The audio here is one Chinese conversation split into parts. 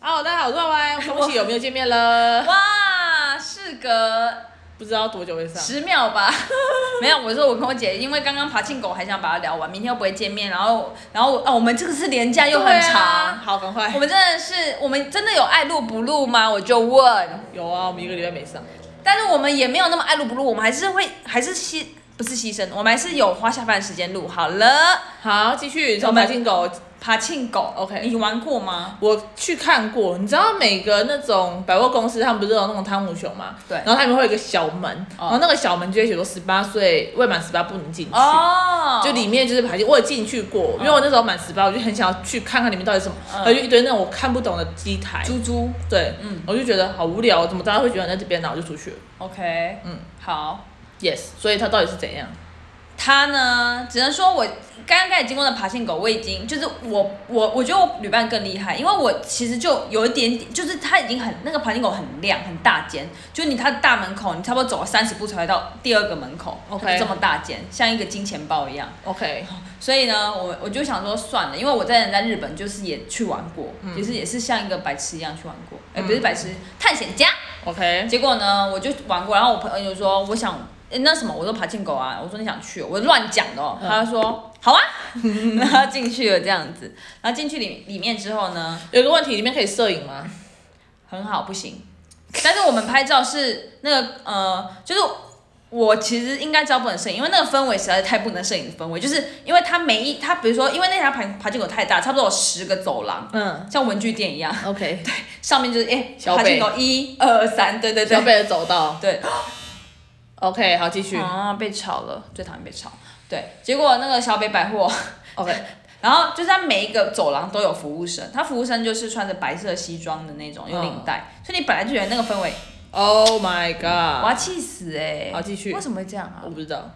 哦，大家好，我是 Y Y，我们恭喜有没有见面 了？哇，事隔不知道多久会上。十秒 吧，没有，我说我跟我姐，因为刚刚爬进狗还想把它聊完，明天又不会见面，然后然后哦，我们这个是连假又很对长，啊好，赶快我。们真的是我们真的有爱录不录吗？我就问，有啊，我们一个礼拜没上。但是我们也没有那么爱录不录，我们还是会还是牺不是牺牲，我们还是有花下班时间录好了。好，继续从百姓狗。爬进狗 OK 你玩过吗？我去看过，你知道每个那种百货公司，他们不是有那种汤姆熊吗？对然后他们会有一个小门，然哦后那个小门就会写说十八岁未满十八不能进去。哦，就里面就是排进，我有进去过，因为我那时候满十八，我就很想要去看看里面到底是什么，嗯然后就一堆那种我看不懂的机台，猪猪对，嗯我就觉得好无聊，怎么大家会觉得在这边，然后我就出去了，OK，嗯好。 ，yes，所以它到底是怎样？他呢，只能说我刚刚也经过的爬行狗，我已经就是我我我觉得我旅伴更厉害，因为我其实就有一点点，就是它已经很那个爬行狗很亮很大间，就你它的大门口，你差不多走了三十步才会到第二个门口 OK 它就这么大间，像一个金钱豹一样。 OK，所以呢，我我就想说算了，因为我在在日本就是也去玩过，也是也是像一个白痴一样去玩过，哎、不是白痴，探险家。 OK，结果呢，我就玩过，然后我朋友就说我想、诶那什么，我说爬进狗啊，我说你想去哦，我乱讲的哦，嗯他就说好啊， 然后进去了这样子，然后进去里里面之后呢，有个问题，里面可以摄影吗？很好，不行，但是我们拍照是那个呃，就是。我其实应该知道不能摄影，因为那个氛围实在太不能摄影的氛围，就是因为它每一它，比如说，因为那条爬爬进狗太大，差不多有十个走廊，嗯像文具店一样， ，OK，上面就是哎、小爬进北狗一二三，对对对小，北的走道对， ，OK，好，继续啊，被炒了，最讨厌被炒。对，结果那个小北百货， ，OK，然后就是他每一个走廊都有服务生，他服务生就是穿着白色西装的那种，有领带，所以你本来就觉得那个氛围， ，Oh my 我要 god，气死哎、好，继续为，什么会这样啊我？不知道，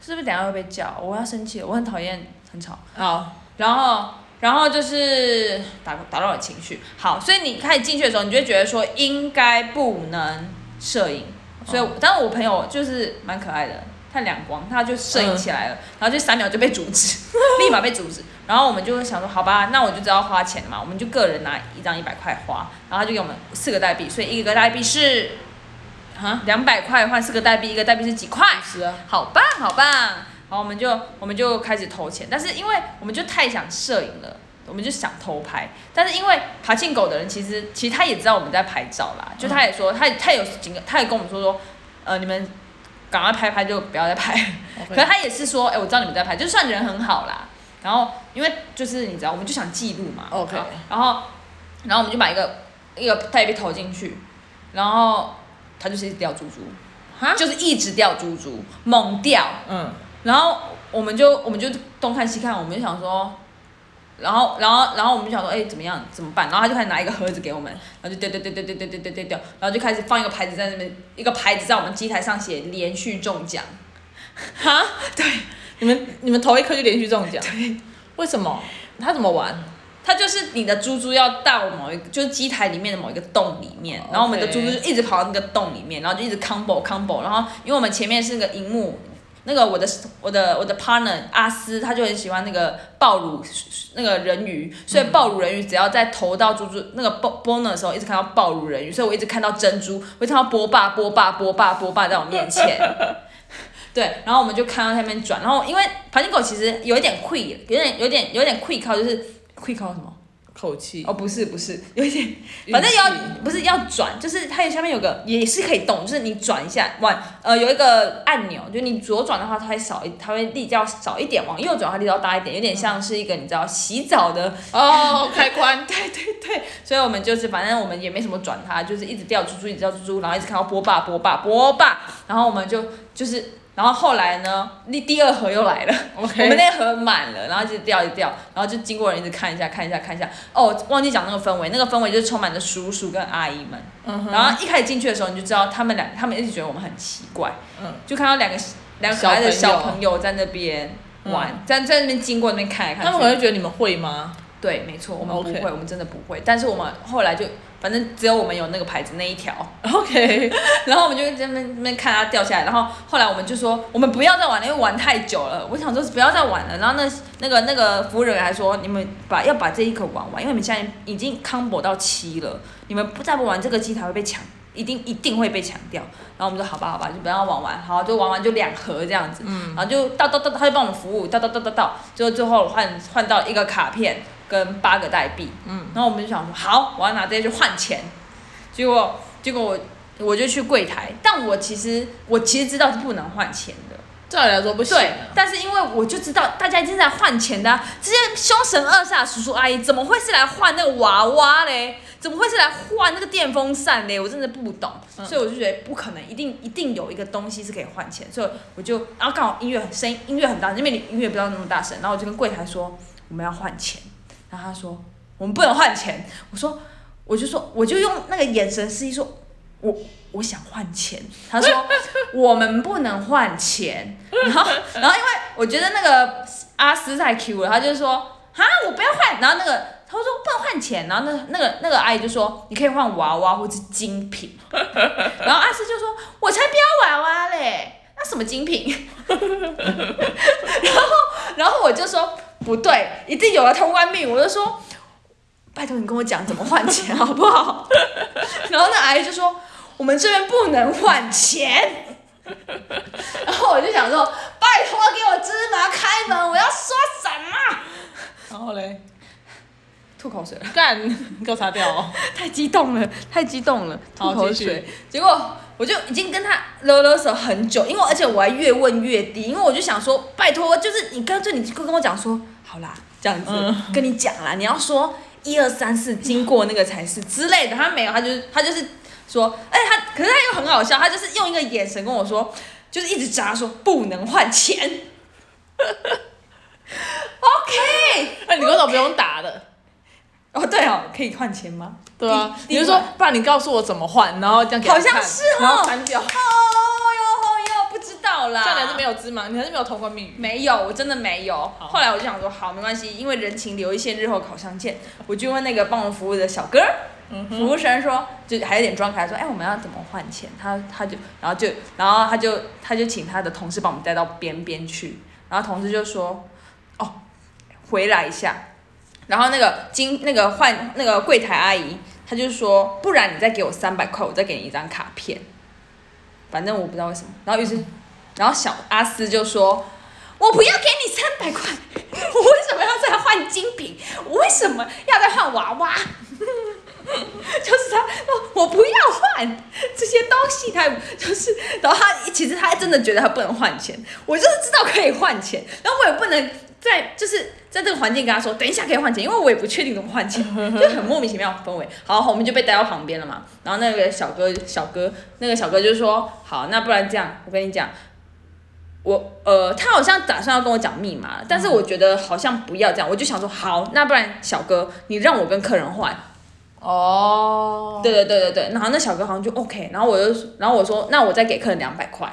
是不是等一下会被叫？我要生气了，我很讨厌很吵。好，然后，然后就是打打乱我情绪。好，所以你开始进去的时候，你就会觉得说应该不能摄影。所以我，但是我朋友就是蛮可爱的，他两光，他就摄影起来了，然后就三秒就被阻止，立马被阻止。然后我们就会想说，好吧，那我就知道花钱嘛，我们就个人拿一张一百块花，然后他就给我们四个代币，所以一个代币是啊哈，两百块换四个代币，一个代币是几块？是啊，好棒，好棒！好，我们就我们就开始投钱，但是因为我们就太想摄影了，我们就想偷拍，但是因为爬进狗的人其实其实他也知道我们在拍照啦，就他也说他也他也有警告，他也跟我们说说，呃，你们赶快拍拍就不要再拍，可是 OK，他也是说，哎、我知道你们在拍，就算人很好啦。然后因为就是你知道，我们就想记录嘛。 OK 然后，然后我们就把一个一个代币投进去，然后他就是一直掉猪猪，哈，就是一直掉猪猪，猛掉。嗯，然后我们就我们就东看西看，我们就想说，然后然后然后我们就想说，哎、怎么样怎么办？然后他就开始拿一个盒子给我们，然后就丢丢丢丢丢丢丢丢丢丢，然后就开始放一个牌子在那边，一个牌子在我们机台上写连续中奖。哈，对，你们你们头一颗就连续中奖，为什么？他怎么玩？它就是你的猪猪要到某一个，就是机台里面的某一个洞里面 OK，然后我们的猪猪就一直跑到那个洞里面，然后就一直 combo combo，然后因为我们前面是那个荧幕，那个我的我的我的 partner 阿斯他就很喜欢那个爆乳那个人鱼，所以爆乳人鱼只要在投到猪猪那个 bo- bonus 的时候，一直看到爆乳人鱼，所以我一直看到珍珠，我一直看到波霸波霸波霸波霸在我面前。对，然后我们就看到他们转，然后因为爬行狗其实有一点 quick，有点有点有点 quick 靠，就是 quick 靠什么？口气，哦，不是不是，有一点，反正要不是要转，就是它下面有个也是可以动，就是你转一下往呃有一个按钮，就你左转的话它会少一，它会力较少一点，往右转它力较大一点，有点像是一个你知道洗澡的，哦，开关，对对，所以我们就是反正我们也没什么转它，就是一直掉猪猪，一直掉猪猪，然后一直看到波霸波霸波霸，然后我们就就是然后后来呢，第第二盒又来了。我 OK 们那盒满了，然后就掉一直掉，然后就经过人一直看一下看一下看一下，哦，忘记讲那个氛围，那个氛围就是充满了叔叔跟阿姨们。嗯哼，然后一开始进去的时候，你就知道他们两，他们一直觉得我们很奇怪，嗯就看到两个两个可爱的小小朋朋友在那边玩，在在那边经过那边看来嗯看他去，们可能会觉得你们会吗？对，没错，我们不 OK 会我们真的不会。但是我们后来就，反正只有我们有那个牌子那一条， OK，然后我们就在那边那边看它掉下来，然后后来我们就说我们不要再玩了，因为玩太久了。我想说不要再玩了，然后那那个那个服务人员还说你们把要把这一个玩完，因为你们现在已经 combo 到七了，你们不再不玩这个机台会被抢，一定一定会被抢掉。然后我们说好吧好吧，就不要玩完，好就玩完就两盒这样子，然后就倒倒倒，他就帮我们服务，倒倒倒倒倒，最后最后换换到一个卡片跟八个代币，嗯，然后我们就想说好，我要拿这些去换钱，结果结果我。我就去柜台，但我其实我其实知道是不能换钱的，照理来说不行、对啊。，但是因为我就知道大家已经在换钱的啊、这些凶神恶煞的叔叔阿姨怎么会是来换那个娃娃嘞？怎么会是来换那个电风扇嘞？我真的不懂，嗯所以我就觉得不可能，一定一定有一个东西是可以换钱，所以我就然啊后刚好音乐很声音音乐很大，因为你音乐不知道那么大声，然后我就跟柜台说我们要换钱，然后他说我们不能换钱，我说我就说我就用那个眼神示意说。我我想换钱，他说我们不能换钱，然后然后因为我觉得那个阿斯太 Q 了，他就说啊我不要换，然后那个他说不能换钱，然后那那个那个阿姨就说你可以换娃娃或是精品，然后阿斯就说我才不要娃娃嘞，那什么精品？ 然后然后我就说不对，一定有了啊通关密语，我就说拜托你跟我讲怎么换钱好不好？ 然后那阿姨就说我们这边不能换钱。然后我就想说，拜托给我芝麻开门，我要说什么？然后嘞，吐口水了，干，给我擦掉哦。太激动了，太激动了，吐 好口继续水。结果我就已经跟他勒勒手很久，因为而且我还越问越低，因为我就想说，拜托，就是你干脆你就跟我讲说，好啦，这样子、跟你讲啦，你嗯要说一二三四经过那个才是之类的，他没有，他就是呃他就是说，哎、他可是他又很好笑，他就是用一个眼神跟我说，就是一直扎说不能换 钱。OK，那、哎你为什么不用打的？哦对哦，可以换钱吗？对啊，第你第就一说款，不然你告诉我怎么换，然后这样给他好像看是然后啊哦删掉哦。哟吼哟，不知道啦。这样你还是没有芝麻，你还是没有通关密语。没有，我真的没有。后来我就想说，好，没关系，因为人情留一线，日后烤相见。我就问那个帮我服务的小哥儿，服务生说，就还有点装可爱，说，哎，我们要怎么换钱？他他就，然后就，然后他就他就请他的同事帮我们带到边边去，然后同事就说，哦，回来一下。然后那个经那个换那个柜台阿姨，她就说，不然你再给我三百块，我再给你一张卡片。反正我不知道为什么。然后于是，然后小阿斯就说：“我不要给你三百块， 我为什么要再换精品？我为什么要再换娃娃？” 就是他，哦我不要换这些东西，他就是，然后他其实他真的觉得他不能换钱，我就是知道可以换钱，然后我也不能在就是在这个环境跟他说，等一下可以换钱，因为我也不确定怎么换钱，就很莫名其妙的氛围。好，我们就被带到旁边了嘛，然后那个小哥小哥那个小哥就说，好，那不然这样，我跟你讲。我呃，他好像打算要跟我讲密码了，但是我觉得好像不要这样，我就想说好，那不然小哥你让我跟客人换，哦对对对对对，然后那小哥好像就 OK，然后我就然后我说那我再给客人两百块，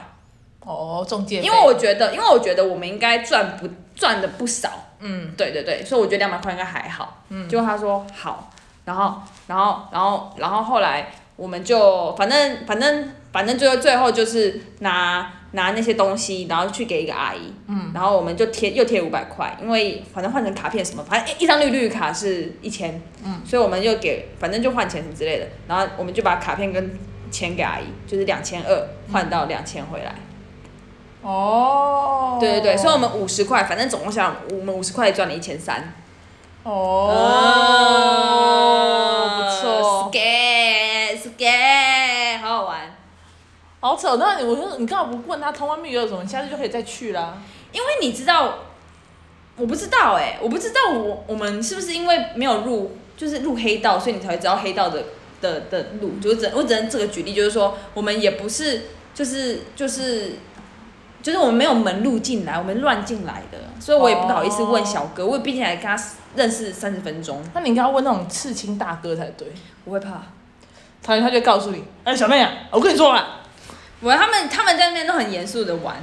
哦，中介费。因为我觉得因为我觉得我们应该赚不赚的不少，嗯，对对对，所以我觉得两百块应该还好，嗯，结果他说好，然后然后然后然后后来我们就反正反正反正最后最后就是拿拿那些东西，然后去给一个阿姨，嗯，然后我们就贴又贴五百块，因为反正换成卡片什么，反正一一张绿绿卡是一千，嗯，所以我们就给反正就换钱什么之类的，然后我们就把卡片跟钱给阿姨，就是两千二换到两千回来。哦，对对对，所以我们五十块，反正总共想我们五十块也赚了一千三。哦哦，啊不错， ，scare scare，好好玩。好扯。那你我说你干嘛不问他通关密语有什么？你下次就可以再去啦。因为你知道，我不知道哎、我不知道我我们是不是因为没有入，就是入黑道，所以你才会知道黑道的的的路。就是只我只能这个举例，就是说我们也不是，就是就是。就是我们没有门路进来，我们乱进来的，所以我也不好意思问小哥，我也毕竟还跟他认识三十分钟，那你应该要问那种刺青大哥才对，我会怕。他他就会告诉你，哎，小妹啊，我跟你说啦，我他们他们在那边都很严肃的玩，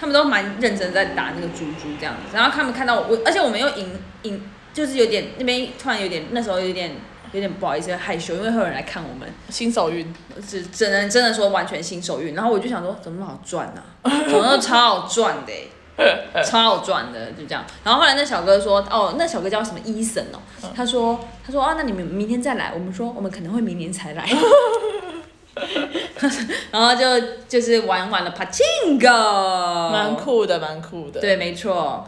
他们都蛮认真在打那个珠珠这样子，然后他们看到我，我而且我们又赢赢就是有点那边突然有点那时候有点有点不好意思害羞，因为会有人来看我们，新手运，只只能真的说完全新手运。然后我就想说，怎么那么好赚呢、啊？ 怎么那么超好赚的欸、超好赚的，就这样。然后后来那小哥说，哦，那小哥叫什么伊森哦，他说，他说啊，那你们明天再来。我们说，我们可能会明年才来。 然后就就是玩完了 Pachinko，蛮酷的，蛮酷的。，对，没错。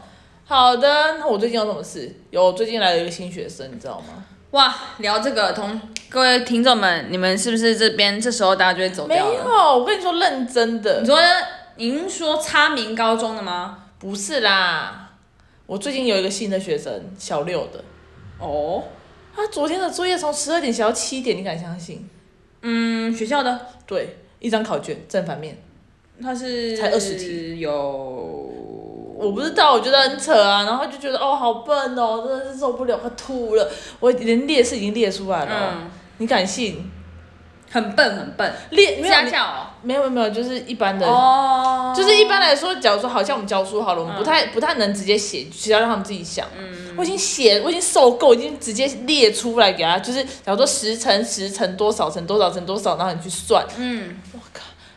好的，那我最近有什么事？有最近来了一个新学生，你知道吗？哇，聊这个同各位听众们，你们是不是这边这时候大家就会走没掉有，了？我跟你说，认真的你，说您说差明高中的吗？不是啦。我最近有一个新的学生，小六的，哦，他昨天的作业从十二点写到七点，你敢相信？嗯，学校的对，一张考卷正反面，他是才20题，有我不知道，我觉得很扯啊，然后就觉得哦好笨哦，真的是受不了，快吐了，我连列是已经列出来了哦、嗯，你敢信？很笨很笨，列没有家你教哦没有没有，就是一般的哦，就是一般来说，假如说好像我们教书好了，我们不太、不太能直接写，需要让他们自己想。我已经写，我已经受够，已经直接列出来给他，就是假如说十乘十乘多少乘多少乘多少，然后你去算，嗯，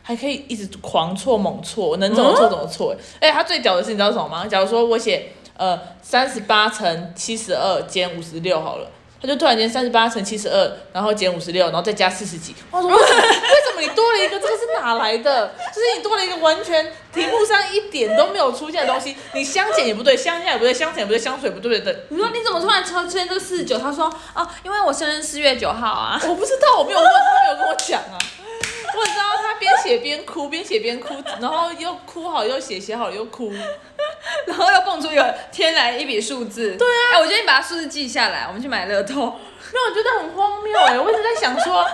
还可以一直狂错猛错，能怎么错怎么错。哎、他最屌的是你知道什么吗？假如说我写呃三十八乘七十二减五十六好了。他就突然间三十八乘七十二，然后减五十六，然后再加四十几。我说为 什么为什么你多了一个？这个是哪来的？就是你多了一个完全题目上一点都没有出现的东西。你相减也不对，相加也不对，相乘也不对，相水也不对的。你说你怎么突然出出现这个四十九？他说哦，因为我生日四月九号啊，我不知道，我没有问，他没有跟我讲啊。我只知道他边写边哭，边写边哭，然后又哭好，又写写好又哭。 然后又蹦出一个天来一笔数字，对啊，哎，我觉得你把它数字记下来，我们去买乐透。没有，我觉得很荒谬哎、我一直在想说，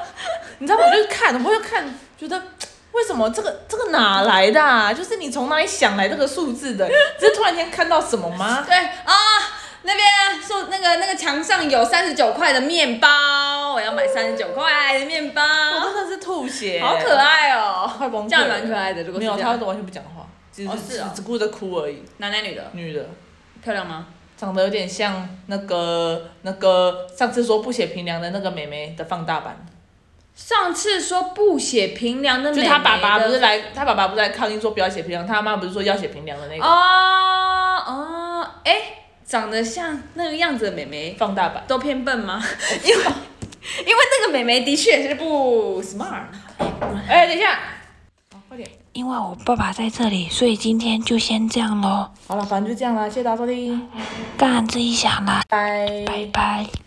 你知道吗，我就看，我就看，觉得为什么这个这个哪来的啊？就是你从哪里想来这个数字的？只是突然间看到什么吗？对啊，那边说那个那个墙上有三十九块的面包，我要买三十九块的面包，我真的是吐血，欸好可，爱哦，快崩溃，这样蛮可爱的。如果没是有，这他样，完全不讲话，只哦是哦只顾着哭而已。男男女的，女的漂亮吗？长得有点像那个那个上次说不写平凉的那个妹妹的放大版，上次说不写平凉的就是美眉的，他爸爸不是来，他爸爸不是来抗议说不要写平凉，他妈不是说要写平凉的那个、哦哦，哎，长得像那个样子的美眉放大版。都偏笨吗？ 因为因为那个美眉的确是不 smart。哎，等一下，好，快点。因为我爸爸在这里，所以今天就先这样喽。好了，反正就这样啦，谢谢大家收听，当然自己想啦，拜拜拜拜。